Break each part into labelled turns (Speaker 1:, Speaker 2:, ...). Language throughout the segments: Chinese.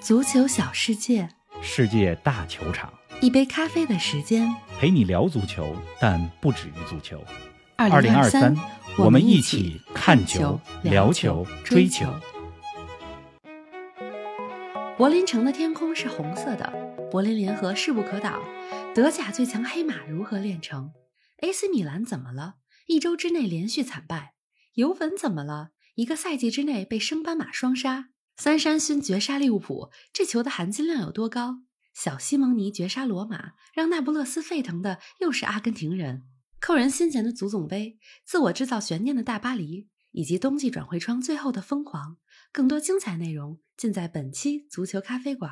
Speaker 1: 足球小世界，
Speaker 2: 世界大球场，
Speaker 1: 一杯咖啡的时间。
Speaker 2: 陪你聊足球，但不止于足球。
Speaker 1: 二零
Speaker 2: 二
Speaker 1: 三，
Speaker 2: 我
Speaker 1: 们
Speaker 2: 们一起看球、聊球、追求。
Speaker 1: 柏林城的天空是红色的，柏林联合势不可挡。德甲最强黑马如何炼成？AC 米兰怎么了？一周之内连续惨败。尤文怎么了？一个赛季之内被升班马双杀。三山勋绝杀利物浦，这球的含金量有多高？小西蒙尼绝杀罗马，让那不勒斯沸腾的又是阿根廷人。扣人心弦的足总杯，自我制造悬念的大巴黎，以及冬季转会窗最后的疯狂，更多精彩内容尽在本期足球咖啡馆。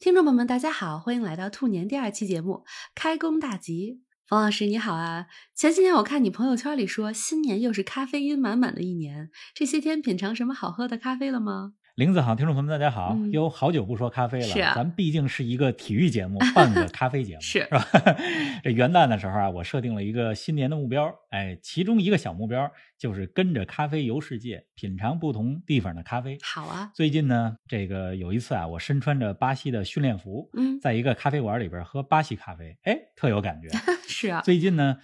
Speaker 1: 听众朋友们，大家好，欢迎来到兔年第二期节目，开工大吉。冯老师你好啊！前几天我看你朋友圈里说，新年又是咖啡因满满的一年，这些天品尝什么好喝的咖啡了吗？
Speaker 2: 玲子好，听众朋友们，大家好！
Speaker 1: 嗯
Speaker 2: 哟、好久不说咖啡了，
Speaker 1: 是啊
Speaker 2: 咱毕竟是一个体育节 目，半个咖啡节目，
Speaker 1: 是
Speaker 2: 是吧？ 这元旦的时候啊，我设定了一个新年的目标，哎，其中一个小目标就是跟着咖啡游世界，品尝不同地方的咖啡。
Speaker 1: 好啊，
Speaker 2: 最近呢，这个有一次啊，我身穿着巴西的训练服，
Speaker 1: 嗯，
Speaker 2: 在一个咖啡馆里边喝巴西咖啡，哎，特有感觉。
Speaker 1: 是啊，
Speaker 2: 最近呢，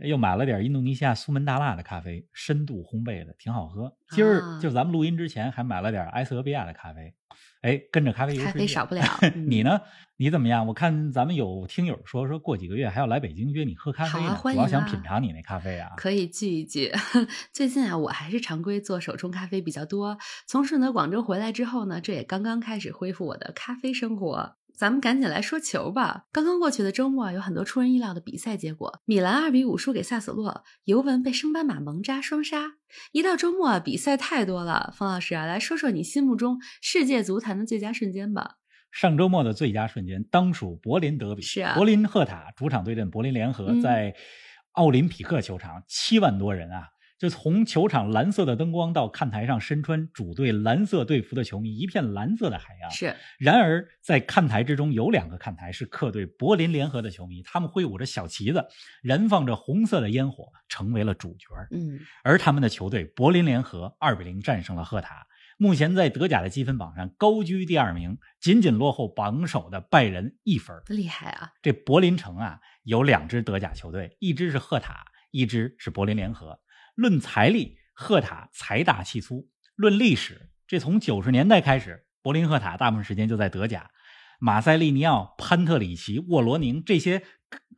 Speaker 2: 呃又买了点印度尼西亚苏门答腊的咖啡，深度烘焙的，挺好喝。今儿、
Speaker 1: 啊
Speaker 2: 就是咱们录音之前还买了点埃塞俄比亚的咖啡，哎，跟着咖啡游世界。。
Speaker 1: 咖啡少不了 嗯
Speaker 2: 你呢？你怎么样？我看咱们有听友说，说过几个月还要来北京约你喝咖啡
Speaker 1: 好啊
Speaker 2: 呢，
Speaker 1: 欢
Speaker 2: 主要
Speaker 1: 迎
Speaker 2: 想
Speaker 1: 啊
Speaker 2: 品尝你那咖啡啊。
Speaker 1: 可以聚一聚。 最近啊，我还是常规做手冲咖啡比较多。从顺德、广州回来之后呢，这也刚刚开始恢复我的咖啡生活。咱们赶紧来说球吧。刚刚过去的周末啊，有很多出人意料的比赛结果：米兰二比五输给萨索洛，尤文被升班马蒙扎双杀。一到周末啊，比赛太多了。方老师啊，来说说你心目中世界足坛的最佳瞬间吧。
Speaker 2: 上周末的最佳瞬间当属柏林德比，
Speaker 1: 是啊
Speaker 2: 柏林赫塔主场对阵柏林联合，
Speaker 1: 嗯
Speaker 2: 在奥林匹克球场，七万多人啊！就从球场蓝色的灯光到看台上身穿主队蓝色队服的球迷，一片蓝色的海洋。
Speaker 1: 是
Speaker 2: 然而，在看台之中有两个看台是客队柏林联合的球迷，他们挥舞着小旗子，燃放着红色的烟火，成为了主角。
Speaker 1: 嗯，
Speaker 2: 而他们的球队柏林联合二比零战胜了赫塔，目前在德甲的积分榜上高居第二名，仅仅落后榜首的拜仁一分儿。
Speaker 1: 厉害啊！
Speaker 2: 这柏林城啊，有两支德甲球队，一支是赫塔，一支是柏林联合。论财力，赫塔财大气粗；论历史，这从九十年代开始，柏林赫塔大部分时间就在德甲。马塞利尼奥、潘特里奇、沃罗宁这些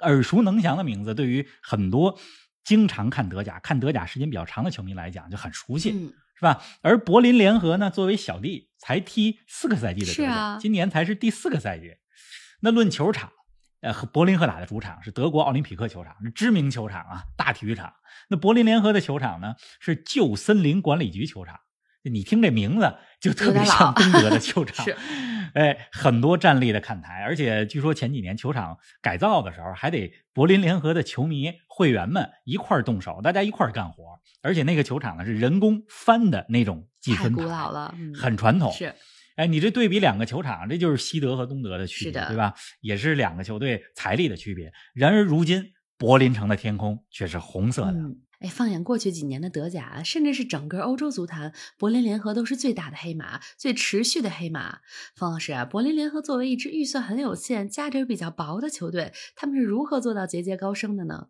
Speaker 2: 耳熟能详的名字，对于很多经常看德甲、看德甲时间比较长的球迷来讲就很熟悉。
Speaker 1: 嗯，
Speaker 2: 是吧？而柏林联合呢，作为小弟，才踢四个赛季的德
Speaker 1: 是
Speaker 2: 甲，
Speaker 1: 啊
Speaker 2: 今年才是第四个赛季。那论球场，呃，和柏林赫塔的主场是德国奥林匹克球场，是知名球场啊，大体育场。那柏林联合的球场呢，是旧森林管理局球场。你听这名字就特别
Speaker 1: 有点老
Speaker 2: 像东德的球场，
Speaker 1: 是
Speaker 2: 哎，很多站立的看台，而且据说前几年球场改造的时候，还得柏林联合的球迷会员们一块儿动手，大家一块儿干活。而且那个球场呢是人工翻的那种计
Speaker 1: 太
Speaker 2: 分
Speaker 1: 古
Speaker 2: 台
Speaker 1: 老了，嗯、
Speaker 2: 很传统。
Speaker 1: 是
Speaker 2: 哎，你这对比两个球场，这就是西德和东德的区
Speaker 1: 是
Speaker 2: 别，
Speaker 1: 的
Speaker 2: 对吧？也是两个球队财力的区别。然而如今，柏林城的天空却是红色的。
Speaker 1: 嗯，哎，放眼过去几年的德甲，甚至是整个欧洲足坛，柏林联合都是最大的黑马，最持续的黑马。方老师啊，柏林联合作为一支预算很有限、家底儿比较薄的球队，他们是如何做到节节高升的呢？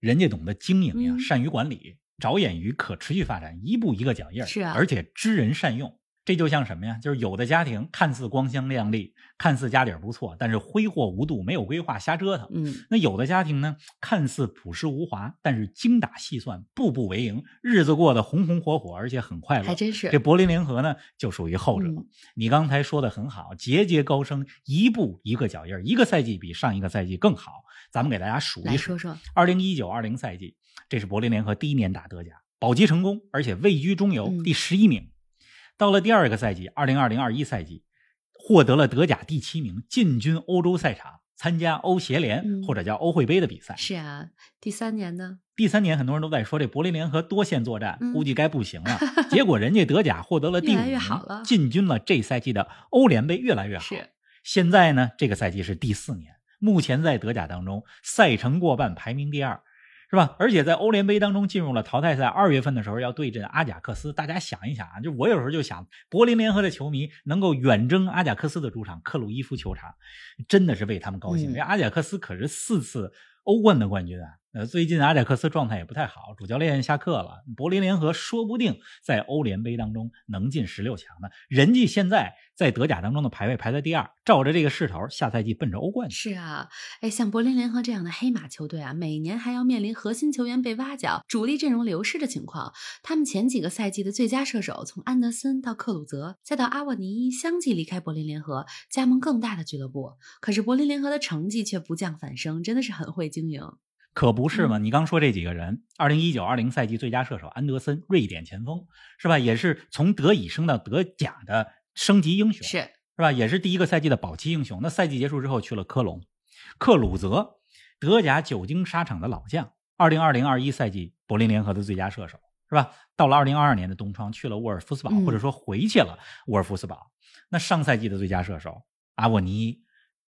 Speaker 2: 人家懂得经营呀，
Speaker 1: 嗯
Speaker 2: 善于管理，着眼于可持续发展，一步一个脚印儿，
Speaker 1: 是啊
Speaker 2: 而且知人善用。这就像什么呀？就是有的家庭看似光鲜亮丽，看似家底儿不错，但是挥霍无度，没有规划，瞎折腾。
Speaker 1: 嗯，
Speaker 2: 那有的家庭呢，看似朴实无华，但是精打细算，步步为营，日子过得红红火火，而且很快乐
Speaker 1: 还。真是
Speaker 2: 这。柏林联合呢，就属于后者。
Speaker 1: 嗯
Speaker 2: 你刚才说的很好，节节高升，一步一个脚印儿，一个赛季比上一个赛季更好。咱们给大家数
Speaker 1: 来
Speaker 2: 一数
Speaker 1: 说，说，
Speaker 2: 二零一九二零赛季，这是柏林联合第一年打德甲，保级成功，而且位居中游
Speaker 1: 嗯
Speaker 2: 第十一名。到了第二个赛季，二零二零二一赛季，获得了德甲第七名，进军欧洲赛场，参加欧协联、
Speaker 1: 嗯
Speaker 2: 或者叫欧会杯的比赛。
Speaker 1: 是啊，第三年呢，
Speaker 2: 第三年，很多人都在说这柏林联合多线作战，
Speaker 1: 嗯
Speaker 2: 估计该不行了。结果人家德甲获得了第五
Speaker 1: 越来
Speaker 2: 名，
Speaker 1: 越好了
Speaker 2: 进军了这赛季的欧联杯，越来越好。
Speaker 1: 是
Speaker 2: 现在呢，这个赛季是第四年，目前在德甲当中赛程过半，排名第二。是吧？而且在欧联杯当中进入了淘汰赛，二月份的时候要对阵阿贾克斯。大家想一想啊，就我有时候就想，柏林联合的球迷能够远征阿贾克斯的主场克鲁伊夫球场，真的是为他们高兴。
Speaker 1: 嗯
Speaker 2: 因为阿贾克斯可是四次欧冠的冠军啊。呃，最近阿贾克斯状态也不太好，主教练下课了，柏林联合说不定在欧联杯当中能进十六强呢。人家现在在德甲当中的排位排在第二，照着这个势头，下赛季奔着欧冠去。
Speaker 1: 是啊，哎，像柏林联合这样的黑马球队啊，每年还要面临核心球员被挖角、主力阵容流失的情况。他们前几个赛季的最佳射手，从安德森到克鲁泽，再到阿沃尼伊，相继离开柏林联合，加盟更大的俱乐部。可是柏林联合的成绩却不降反升，真的是很会经营。
Speaker 2: 可不是嘛！你刚说这几个人，二零一九二零赛季最佳射手安德森，瑞典前锋是吧？也是从德乙升到德甲的升级英雄，是
Speaker 1: 是，
Speaker 2: 吧？也是第一个赛季的保级英雄。那赛季结束之后去了科隆，克鲁泽，德甲久经沙场的老将，二零二零二一赛季柏林联合的最佳射手是吧？到了二零二二年的冬窗去了沃尔夫斯堡，
Speaker 1: 嗯
Speaker 2: 或者说回去了沃尔夫斯堡。那上赛季的最佳射手阿沃尼伊，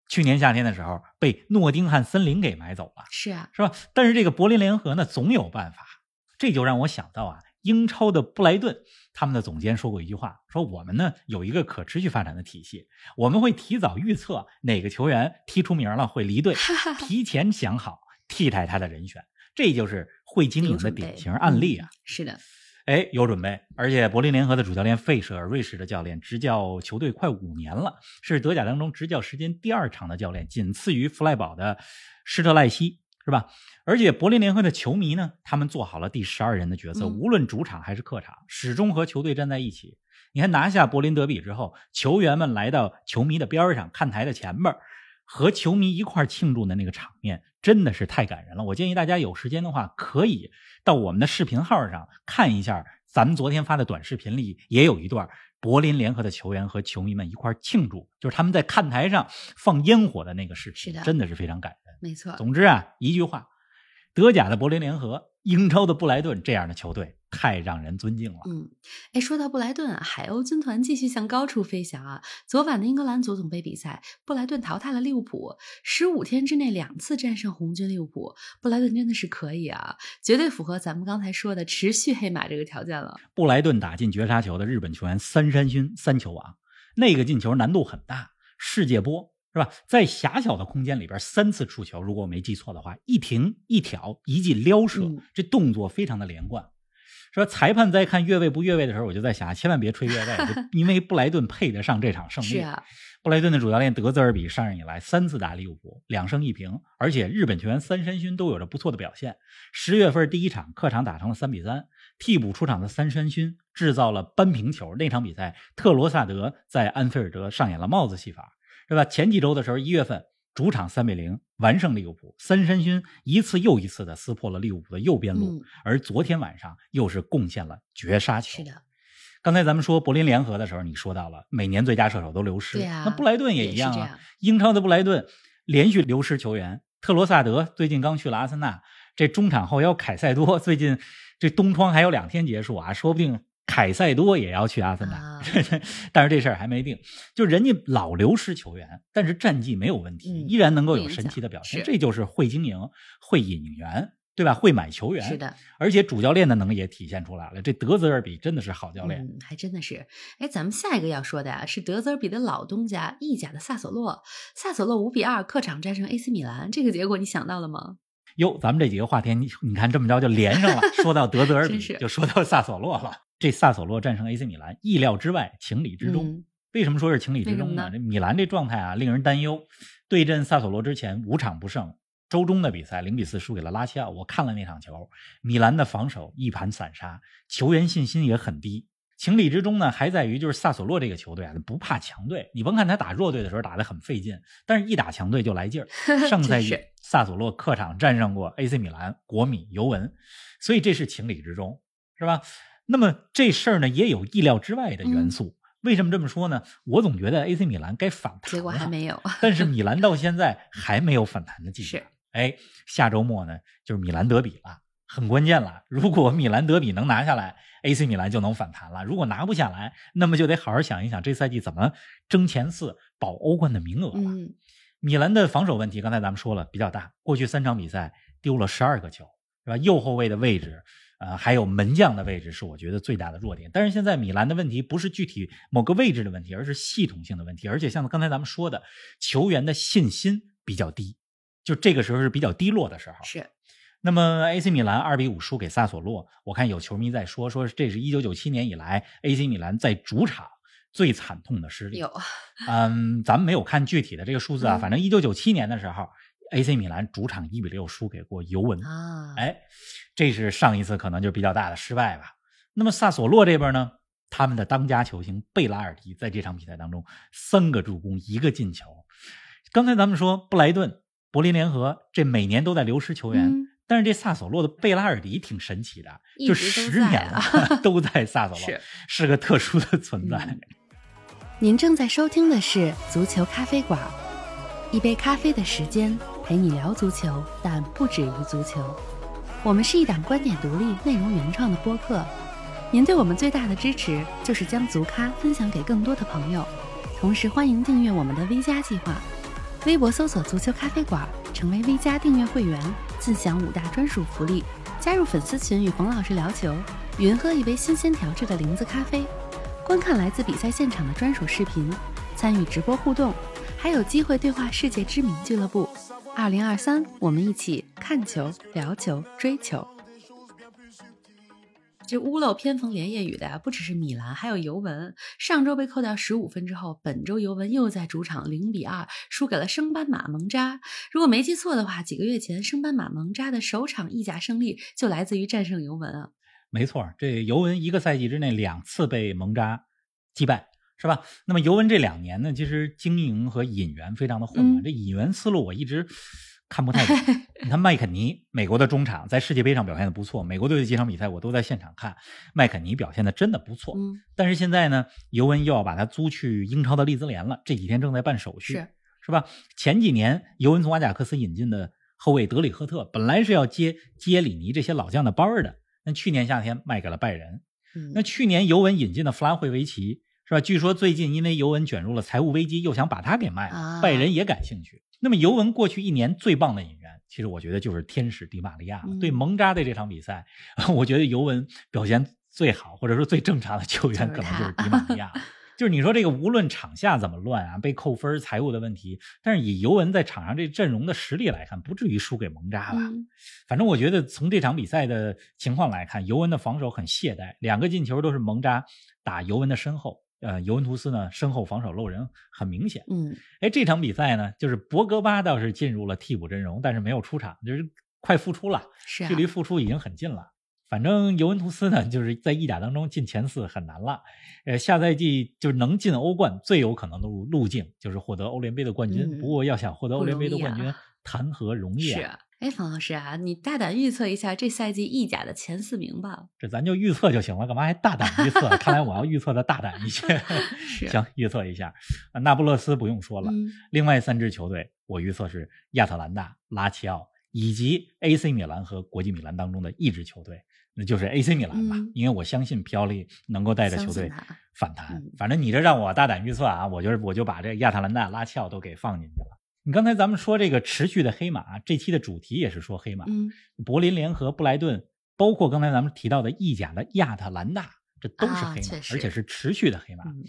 Speaker 2: 去年夏天的时候被诺丁汉森林给买走了。
Speaker 1: 是啊，
Speaker 2: 是吧？但是这个柏林联合呢，总有办法。这就让我想到啊，英超的布莱顿他们的总监说过一句话，说我们呢有一个可持续发展的体系，我们会提早预测哪个球员踢出名了会离 队，提前想好替代他的人选。这就是会经营
Speaker 1: 有
Speaker 2: 的
Speaker 1: 准备
Speaker 2: 典型案例啊！
Speaker 1: 嗯是的，
Speaker 2: 哎，有准备，而且柏林联合的主教练费舍尔，瑞士的教练，执教球队快五年了，是德甲当中执教时间第二长的教练，仅次于弗赖堡的施特赖西，是吧？而且柏林联合的球迷呢，他们做好了第十二人的角色，
Speaker 1: 嗯
Speaker 2: 无论主场还是客场，始终和球队站在一起。你看，拿下柏林德比之后，球员们来到球迷的边儿上，看台的前边儿，和球迷一块儿庆祝的那个场面，真的是太感人了。我建议大家有时间的话，可以到我们的视频号上看一下，咱们昨天发的短视频里也有一段柏林联合的球员和球迷们一块儿庆祝，就是他们在看台上放烟火的那个视频，
Speaker 1: 是的
Speaker 2: 真的是非常感人。
Speaker 1: 没错。
Speaker 2: 总之啊，一句话，德甲的柏林联合，英超的布莱顿这样的球队太让人尊敬了。
Speaker 1: 嗯，哎，说到布莱顿啊，海鸥军团继续向高处飞翔啊！昨晚的英格兰足总杯比赛，布莱顿淘汰了利物浦，十五天之内两次战胜红军利物浦，布莱顿真的是可以啊，绝对符合咱们刚才说的持续黑马这个条件了。
Speaker 2: 布莱顿打进绝杀球的日本球员三山勋三球王，那个进球难度很大，世界波是吧？在狭小的空间里边三次触球，如果我没记错的话，一停一挑一记撩射
Speaker 1: 嗯，
Speaker 2: 这动作非常的连贯。说裁判在看越位不越位的时候，我就在想，千万别吹越 位，就因为布莱顿配得上这场胜利。
Speaker 1: 是啊，
Speaker 2: 布莱顿的主教练德泽尔比上任以来三次打利物浦，两胜一平，而且日本球员三山勋都有着不错的表现。十月份第一场客场打成了三比三，替补出场的三山勋制造了扳平球。那场比赛，特罗萨德在安菲尔德上演了帽子戏法，是吧？前几周的时候，一月份主场三比零完胜利物浦，三山勋一次又一次的撕破了利物浦的右边路，
Speaker 1: 嗯，
Speaker 2: 而昨天晚上又是贡献了绝杀
Speaker 1: 是
Speaker 2: 球。
Speaker 1: 的，
Speaker 2: 刚才咱们说柏林联合的时候，你说到了每年最佳射手都流失，
Speaker 1: 对啊
Speaker 2: 那布莱顿也一
Speaker 1: 是
Speaker 2: 样
Speaker 1: 这
Speaker 2: 啊。
Speaker 1: 样，
Speaker 2: 英超的布莱顿连续流失球员，特罗萨德最近刚去了阿森纳，这中场后腰凯塞多 最近这冬窗还有两天结束啊，说不定凯塞多也要去阿森纳，
Speaker 1: 啊
Speaker 2: 但是这事儿还没定。就人家老流失球员，但是战绩没有问题，
Speaker 1: 嗯
Speaker 2: 依然能够
Speaker 1: 不
Speaker 2: 有
Speaker 1: 影
Speaker 2: 神
Speaker 1: 响
Speaker 2: 奇的表现，
Speaker 1: 是
Speaker 2: 这就是会经营、会引援，对吧？会买球员，
Speaker 1: 是的，
Speaker 2: 而且主教练的能力也体现出来了。这德泽尔比真的是好教练。
Speaker 1: 嗯，还真的是。哎，咱们下一个要说的啊，是德泽尔比的老东家意甲的萨索洛，萨索洛五比二客场战胜 AC 米兰，这个结果你想到了吗？
Speaker 2: 哟，咱们这几个话题，你你看这么着就连上了。说到德泽尔比
Speaker 1: 真是，
Speaker 2: 就说到萨索洛了。这萨索洛战胜 AC 米兰，意料之外，情理之中。
Speaker 1: 嗯
Speaker 2: 为什么说是情理之
Speaker 1: 为什
Speaker 2: 中
Speaker 1: 么呢
Speaker 2: 呢？这米兰这状态啊，令人担忧。对阵萨索洛之前五场不胜，周中的比赛零比四输给了拉齐奥。我看了那场球，米兰的防守一盘散沙，球员信心也很低。情理之中呢，还在于就是萨索洛这个球队啊，不怕强队。你甭看他打弱队的时候打得很费劲，但是一打强队就来劲儿。
Speaker 1: 嗯
Speaker 2: 上赛
Speaker 1: 真
Speaker 2: 季
Speaker 1: 是
Speaker 2: 萨索洛客场战胜过 AC 米兰、国米、尤文，所以这是情理之中，是吧？那么这事儿呢，也有意料之外的
Speaker 1: 嗯
Speaker 2: 元素。为什么这么说呢？我总觉得 AC 米兰该反弹了，
Speaker 1: 结果还没有，
Speaker 2: 但是米兰到现 在还没有反弹的迹象
Speaker 1: 是。
Speaker 2: 哎，下周末呢，就是米兰德比了，很关键了。如果米兰德比能拿下来，AC 米兰就能反弹了；如果拿不下来，那么就得好好想一想这赛季怎么争前四、保欧冠的名额了。啊
Speaker 1: 嗯，
Speaker 2: 米兰的防守问题，刚才咱们说了比较大，过去三场比赛丢了十二个球，对吧？右后卫的位置，呃，还有门将的位置是我觉得最大的弱点。但是现在米兰的问题不是具体某个位置的问题，而是系统性的问题。而且像刚才咱们说的，球员的信心比较低，就这个时候是比较低落的时候。
Speaker 1: 是
Speaker 2: 那么 AC 米兰二比五输给萨索洛，我看有球迷在说，说这是一九九七年以来 AC 米兰在主场最惨痛的失利。
Speaker 1: 有
Speaker 2: 嗯，咱们没有看具体的这个数字啊，
Speaker 1: 嗯
Speaker 2: 反正一九九七年的时候，AC 米兰主场一比六输给过尤文，
Speaker 1: 啊，
Speaker 2: 哎，这是上一次可能就比较大的失败吧。那么萨索洛这边呢，他们的当家球星贝拉尔迪在这场比赛当中三个助攻一个进球。刚才咱们说布莱顿、柏林联合这每年都在流失球员，
Speaker 1: 嗯
Speaker 2: 但是这萨索洛的贝拉尔迪挺神奇的，
Speaker 1: 一
Speaker 2: 就
Speaker 1: 直都
Speaker 2: 十
Speaker 1: 在
Speaker 2: 年了、
Speaker 1: 啊
Speaker 2: 都在萨索 洛
Speaker 1: 是，
Speaker 2: 是个特殊的存在。
Speaker 1: 嗯您正在收听的是《足球咖啡馆》，一杯咖啡的时间陪你聊足球，但不止于足球。我们是一档观点独立、内容原创的播客。您对我们最大的支持就是将足咖分享给更多的朋友，同时欢迎订阅我们的 V 加计划。微博搜索“足球咖啡馆”，成为 V 加订阅会员，尽享五大专属福利，加入粉丝群与冯老师聊球，云喝一杯新鲜调制的零子咖啡。观看来自比赛现场的专属视频，参与直播互动，还有机会对话世界知名俱乐部。二零二三，我们一起看球、聊球、追球。这屋漏偏逢连夜雨的呀，啊不只是米兰，还有尤文。上周被扣掉十五分之后，本周尤文又在主场零比二输给了升班马蒙扎。如果没记错的话，几个月前升班马蒙扎的首场意甲胜利就来自于战胜尤文啊。
Speaker 2: 没错，这尤文一个赛季之内两次被蒙扎击败，是吧？那么尤文这两年呢，其实经营和引援非常的混
Speaker 1: 嗯
Speaker 2: 乱，这引援思路我一直看不太懂。 你看麦肯尼，美国的中场在世界杯上表现的不错，美国队的几场比赛我都在现场看，麦肯尼表现的真的不错。
Speaker 1: 嗯，
Speaker 2: 但是现在呢，尤文又要把他租去英超的利兹联了，这几天正在办手续。
Speaker 1: 是
Speaker 2: 是吧？前几年尤文从阿贾克斯引进的后卫德里赫特，本来是要接接里尼这些老将的包儿的，那去年夏天卖给了拜仁。
Speaker 1: 嗯
Speaker 2: 那去年尤文引进的弗拉惠维奇，是吧？据说最近因为尤文卷入了财务危机，又想把他给卖了
Speaker 1: 啊，
Speaker 2: 拜仁也感兴趣。那么尤文过去一年最棒的引援，其实我觉得就是天使迪玛利亚了。
Speaker 1: 嗯
Speaker 2: 对蒙扎的这场比赛， 我觉得尤文表现最好，或者说最正常的球员，
Speaker 1: 就
Speaker 2: 可
Speaker 1: 是
Speaker 2: 能就是
Speaker 1: 他
Speaker 2: 迪玛利亚了。就是你说这个，无论场下怎么乱啊，被扣分、财务的问题，但是以尤文在场上这阵容的实力来看，不至于输给蒙扎吧？
Speaker 1: 嗯
Speaker 2: 反正我觉得从这场比赛的情况来看，尤文的防守很懈怠，两个进球都是蒙扎打尤文的身后。呃，尤文图斯呢身后防守漏人很明显。
Speaker 1: 嗯，
Speaker 2: 哎，这场比赛呢，就是博格巴倒是进入了替补阵容，但是没有出场，就是快复出了，
Speaker 1: 是啊
Speaker 2: 距，离复出已经很近了。反正尤文图斯呢，就是在意甲当中进前四很难了。呃，下赛季就是能进欧冠，最有可能的路路径就是获得欧联杯的冠军。
Speaker 1: 嗯
Speaker 2: 不过要想获得
Speaker 1: 不
Speaker 2: 欧联杯的
Speaker 1: 容易
Speaker 2: 冠军
Speaker 1: 啊，
Speaker 2: 谈何容易
Speaker 1: 是
Speaker 2: 啊！
Speaker 1: 啊。哎，冯老师啊，你大胆预测一下这赛季意甲的前四名吧。
Speaker 2: 这咱就预测就行了，干嘛还大胆预测？看来我要预测的大胆一些。
Speaker 1: 是
Speaker 2: 行，预测一下，啊那不勒斯不用说了。
Speaker 1: 嗯，
Speaker 2: 另外三支球队，我预测是亚特兰大、拉齐奥以及 AC 米兰和国际米兰当中的一支球队，那就是 AC 米兰吧。
Speaker 1: 嗯
Speaker 2: 因为我相信皮奥利能够带着球
Speaker 1: 相信
Speaker 2: 队
Speaker 1: 他
Speaker 2: 反弹
Speaker 1: 嗯。
Speaker 2: 反正你这让我大胆预测啊，我就是我就把这亚特兰大、拉齐奥都给放进去了。你刚才咱们说这个持续的黑马，这期的主题也是说黑马。
Speaker 1: 嗯，
Speaker 2: 柏林联合、布莱顿，包括刚才咱们提到的意甲的亚特兰大，这都是黑
Speaker 1: 啊
Speaker 2: 马，
Speaker 1: 确实
Speaker 2: 而且是持续的黑马。
Speaker 1: 嗯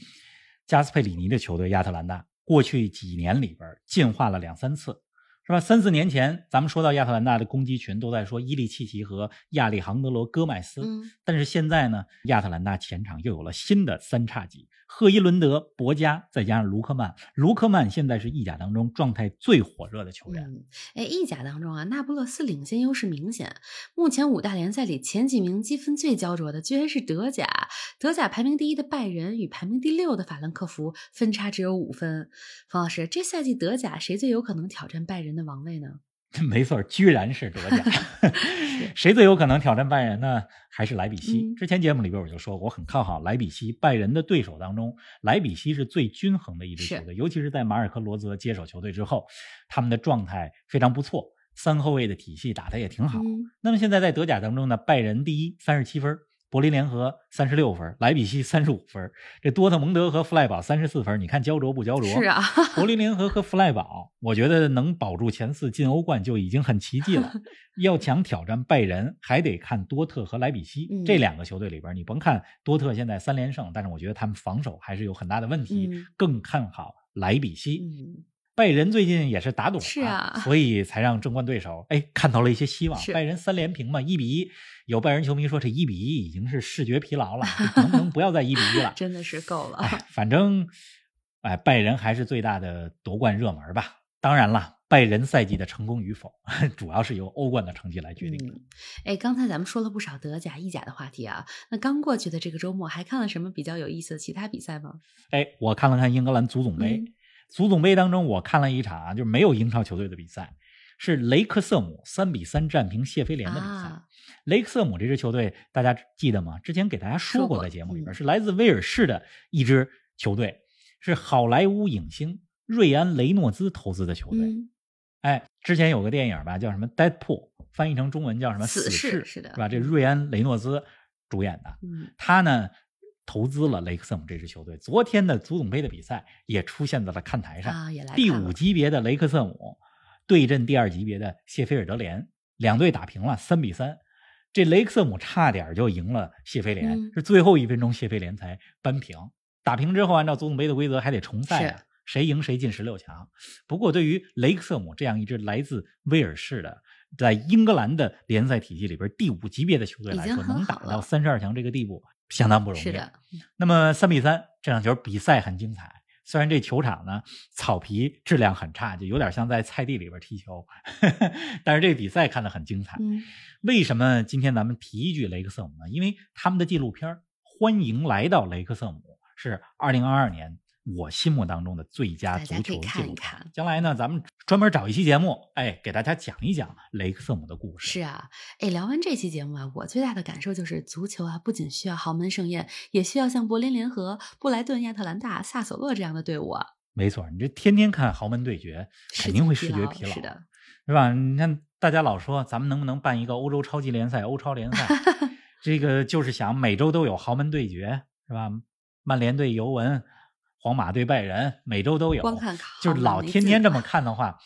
Speaker 2: 加啊斯佩里尼的球队亚特兰大，过去几年里边进化了两三次，是吧？三四年前，咱们说到亚特兰大的攻击群都在说伊利契奇和亚历杭德罗·戈麦斯，
Speaker 1: 嗯
Speaker 2: 但是现在呢，亚特兰大前场又有了新的三叉戟，赫伊伦德、博加，再加上卢克曼。卢克曼现在是意甲当中状态最火热的球员。
Speaker 1: 嗯，哎，意甲当中啊，那不勒斯领先优势明显。目前五大联赛里前几名积分最焦灼的，居然是德甲。德甲排名第一的拜仁与排名第六的法兰克福分差只有五分。冯老师，这赛季德甲谁最有可能挑战拜仁的王位呢？
Speaker 2: 没错，居然是德甲。 谁最有可能挑战拜仁呢？还是莱比锡。
Speaker 1: 嗯
Speaker 2: 之前节目里边我就说，我很看好莱比锡。拜仁的对手当中，莱比锡是最均衡的一支球队，尤其是在马尔科罗泽接手球队之后，他们的状态非常不错，三后卫的体系打得也挺好。
Speaker 1: 嗯
Speaker 2: 那么现在在德甲当中呢，拜仁第一，三十七分；柏林联合三十六分，莱比锡三十五分，这多特蒙德和弗赖堡三十四分，你看焦灼不焦灼？
Speaker 1: 是啊，
Speaker 2: 柏林联合和弗赖堡，我觉得能保住前四进欧冠就已经很奇迹 了。要想挑战拜仁，还得看多特和莱比锡、
Speaker 1: 嗯
Speaker 2: 这两个球队里边，你甭看多特现在三连胜，但是我觉得他们防守还是有很大的问题，
Speaker 1: 嗯
Speaker 2: 更看好莱比锡。
Speaker 1: 嗯，
Speaker 2: 拜仁最近也是打赌、
Speaker 1: 是啊
Speaker 2: 所以才让争冠对手哎看到了一些希望。
Speaker 1: 是？
Speaker 2: 拜仁三连平嘛，一比一。有拜仁球迷说这一比一已经是视觉疲劳了，就能不能不要再一比一了
Speaker 1: 嗯真的是够 了。
Speaker 2: 哎，反正哎，拜仁还是最大的夺冠热门吧。当然了，拜仁赛季的成功与否， 主要是由欧冠的成绩来决定的。
Speaker 1: 嗯，哎，刚才咱们说了不少德甲、意甲的话题啊，那刚过去的这个周末还看了什么比较有意思的其他比赛吗？
Speaker 2: 哎，我看了看英格兰足总杯，
Speaker 1: 嗯
Speaker 2: 足总杯当中我看了一场啊，就是没有英超球队的比赛，是雷克瑟姆三比三战平谢菲联的比赛。
Speaker 1: 啊，
Speaker 2: 雷克瑟姆这支球队，大家记得吗？之前给大家说过，在节目里
Speaker 1: 说过
Speaker 2: 边
Speaker 1: 嗯
Speaker 2: 是来自威尔士的一支球队，是好莱坞影星瑞安·雷诺兹投资的球队。
Speaker 1: 嗯，
Speaker 2: 哎，之前有个电影吧，叫什么《Deadpool》，翻译成中文叫什么《
Speaker 1: 死
Speaker 2: 死
Speaker 1: 侍
Speaker 2: 侍》，
Speaker 1: 是的
Speaker 2: 吧？这瑞安·雷诺兹主演的，
Speaker 1: 嗯，
Speaker 2: 他呢投资了雷克瑟姆这支球队。昨天的足总杯的比赛也出现在了看台上，
Speaker 1: 啊，也来
Speaker 2: 第
Speaker 1: 看
Speaker 2: 五
Speaker 1: 了
Speaker 2: 级别的雷克瑟姆对阵第二级别的谢菲尔德联，两队打平了三比三。这雷克瑟姆差点就赢了谢菲联，
Speaker 1: 嗯
Speaker 2: 是最后一分钟谢菲联才扳平。打平之后，按照足总杯的规则还得重赛啊
Speaker 1: 是，
Speaker 2: 谁赢谁进十六强。不过，对于雷克瑟姆这样一支来自威尔士的，在英格兰的联赛体系里边第五级别的球队
Speaker 1: 已
Speaker 2: 来
Speaker 1: 经
Speaker 2: 说，
Speaker 1: 很
Speaker 2: 能
Speaker 1: 好
Speaker 2: 打到
Speaker 1: 了
Speaker 2: 三十二强这个地步，相当不容易。啊
Speaker 1: 是的，
Speaker 2: 那么三比三这场球比赛很精彩，虽然这球场呢草皮质量很差，就有点像在菜地里边踢球， 但是这比赛看得很精彩。
Speaker 1: 嗯，
Speaker 2: 为什么今天咱们提一句雷克瑟姆呢？因为他们的纪录片儿《欢迎来到雷克瑟姆》是二零二二年我心目当中的最佳
Speaker 1: 大
Speaker 2: 足
Speaker 1: 家可
Speaker 2: 球
Speaker 1: 以
Speaker 2: 纪
Speaker 1: 看
Speaker 2: 录
Speaker 1: 一
Speaker 2: 片。
Speaker 1: 看。
Speaker 2: 将来呢，咱们专门找一期节目，哎，给大家讲一讲雷克瑟姆的故事。
Speaker 1: 是啊，哎，聊完这期节目啊，我最大的感受就是，足球啊，不仅需要豪门盛宴，也需要像柏林联合、布莱顿、亚特兰大、萨索勒这样的队伍啊，
Speaker 2: 没错，你这天天看豪门对决，肯定会视觉疲劳，
Speaker 1: 是的，
Speaker 2: 是吧？你看大家老说，咱们能不能办一个欧洲超级联赛、欧超 联赛？这个就是想每周都有豪门对决，是吧？曼联对尤文，皇马对拜仁，每周都有。
Speaker 1: 光看
Speaker 2: 就是
Speaker 1: 豪门
Speaker 2: 老
Speaker 1: 没
Speaker 2: 天
Speaker 1: 劲
Speaker 2: 天这
Speaker 1: 了
Speaker 2: 么看的话，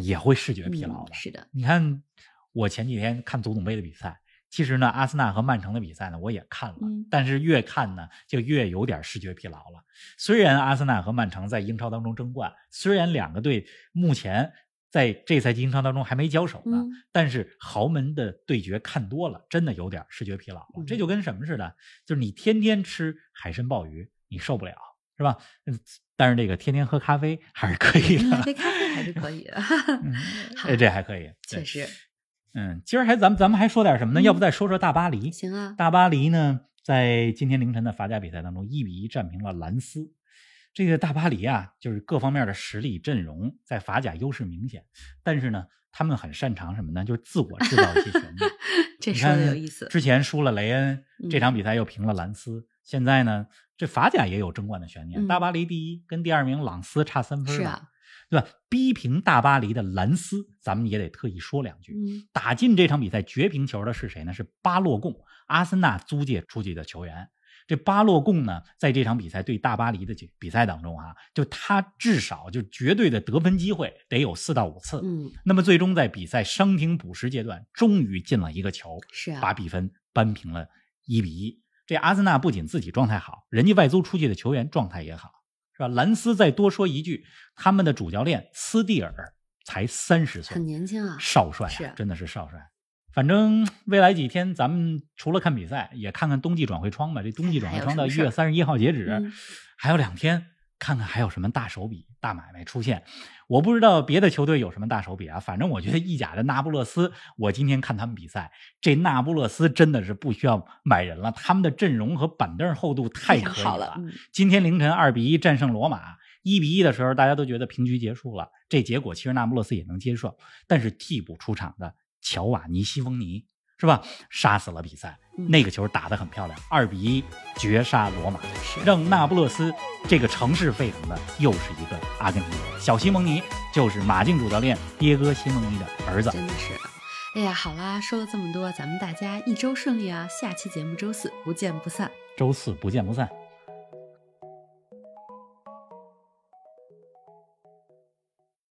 Speaker 2: 也会视觉疲
Speaker 1: 嗯
Speaker 2: 劳的。
Speaker 1: 是的，
Speaker 2: 你看，我前几天看足总杯的比赛，其实呢，阿森纳和曼城的比赛呢，我也看了，
Speaker 1: 嗯
Speaker 2: 但是越看呢，就越有点视觉疲劳了。虽然阿森纳和曼城在英超当中争冠，虽然两个队目前在这赛季英超当中还没交手呢，
Speaker 1: 嗯，
Speaker 2: 但是豪门的对决看多了，真的有点视觉疲劳了
Speaker 1: 嗯。
Speaker 2: 这就跟什么似的，就是你天天吃海参鲍鱼，你受不了，是吧？嗯，但是这个天天喝咖啡还是可以
Speaker 1: 来
Speaker 2: 的。
Speaker 1: 杯咖啡还是可以的，
Speaker 2: 嗯，
Speaker 1: 好
Speaker 2: 哎，这还可以，对
Speaker 1: 确实
Speaker 2: 嗯，今儿还咱们咱们还说点什么呢？
Speaker 1: 嗯
Speaker 2: 要不再说说大巴黎？
Speaker 1: 行啊，
Speaker 2: 大巴黎呢，在今天凌晨的法甲比赛当中，一比一战平了兰斯。这个大巴黎啊，就是各方面的实力阵容在法甲优势明显，但是呢，他们很擅长什么呢？就是自我制造一些旋律。
Speaker 1: 这
Speaker 2: 你
Speaker 1: 说的
Speaker 2: 看
Speaker 1: 有意思，
Speaker 2: 之前输了雷恩，这
Speaker 1: 嗯
Speaker 2: 场比赛又平了兰斯，现在呢，这法甲也有争冠的悬念。
Speaker 1: 嗯
Speaker 2: 大巴黎第一，跟第二名朗斯差三分，
Speaker 1: 是啊，，
Speaker 2: 对吧？逼平大巴黎的兰斯，咱们也得特意说两句。
Speaker 1: 嗯
Speaker 2: 打进这场比赛绝平球的是谁呢？是巴洛贡，阿森纳租借出去的球员。这巴洛贡呢，在这场比赛对大巴黎的比赛当中啊，就他至少就绝对的得分机会得有四到五次。
Speaker 1: 嗯，
Speaker 2: 那么最终在比赛伤停补时阶段，终于进了一个球，
Speaker 1: 是啊，
Speaker 2: 把比分扳平了一比一。这阿森纳不仅自己状态好，人家外租出去的球员状态也好，是吧？兰斯再多说一句，他们的主教练斯蒂尔才三十岁，
Speaker 1: 很年轻啊，
Speaker 2: 少帅、啊，
Speaker 1: 是
Speaker 2: 真的是少帅。反正未来几天，咱们除了看比赛，也看看冬季转会窗吧。这冬季转会窗
Speaker 1: 还
Speaker 2: 到
Speaker 1: 有
Speaker 2: 一
Speaker 1: 什么事儿
Speaker 2: 月三十一号截止，
Speaker 1: 嗯
Speaker 2: 还有两天，看看还有什么大手笔、大买卖出现。我不知道别的球队有什么大手笔啊，反正我觉得意甲的那不勒斯，我今天看他们比赛，这那不勒斯真的是不需要买人了，他们的阵容和板凳厚度太
Speaker 1: 非常
Speaker 2: 可以
Speaker 1: 好了，嗯
Speaker 2: 今天凌晨二比一战胜罗马，一比一的时候，大家都觉得平局结束了，这结果其实那不勒斯也能接受。但是替补出场的乔瓦尼·西蒙尼是吧，杀死了比赛，
Speaker 1: 嗯
Speaker 2: 那个球打得很漂亮，二比一绝杀罗马，
Speaker 1: 是
Speaker 2: 让那不勒斯这个城市沸腾的又是一个阿根廷。小西蒙尼就是马竞主教练迭戈·西蒙尼的儿子。
Speaker 1: 真的是。哎呀，好啦，说了这么多，咱们大家一周顺利啊！下期节目周四不见不散。
Speaker 2: 周四不见不散。